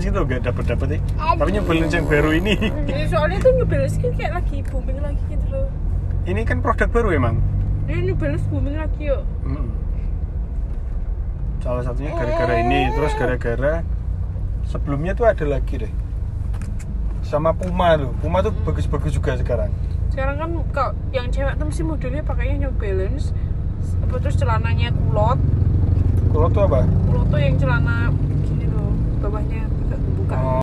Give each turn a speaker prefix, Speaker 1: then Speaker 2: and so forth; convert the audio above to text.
Speaker 1: sih tuh gak dapet dapet ya tapi nyebelin yang baru ini
Speaker 2: Ini soalnya tuh New Balance kan kayak lagi booming lagi gitu loh.
Speaker 1: ini kan produk baru emang
Speaker 2: Ini New Balance booming lagi yuk.
Speaker 1: Mm. salah satunya gara-gara ini terus gara-gara sebelumnya tuh ada lagi deh sama Puma loh Puma tuh bagus-bagus juga sekarang
Speaker 2: Sekarang kan kalau yang cewek tuh mesti modelnya pakainya New Balance. Apa terus celananya kulot.
Speaker 1: kalau tuh apa
Speaker 2: Kulot tuh yang celana gini loh, bawahnya agak kebuka.
Speaker 1: Oh,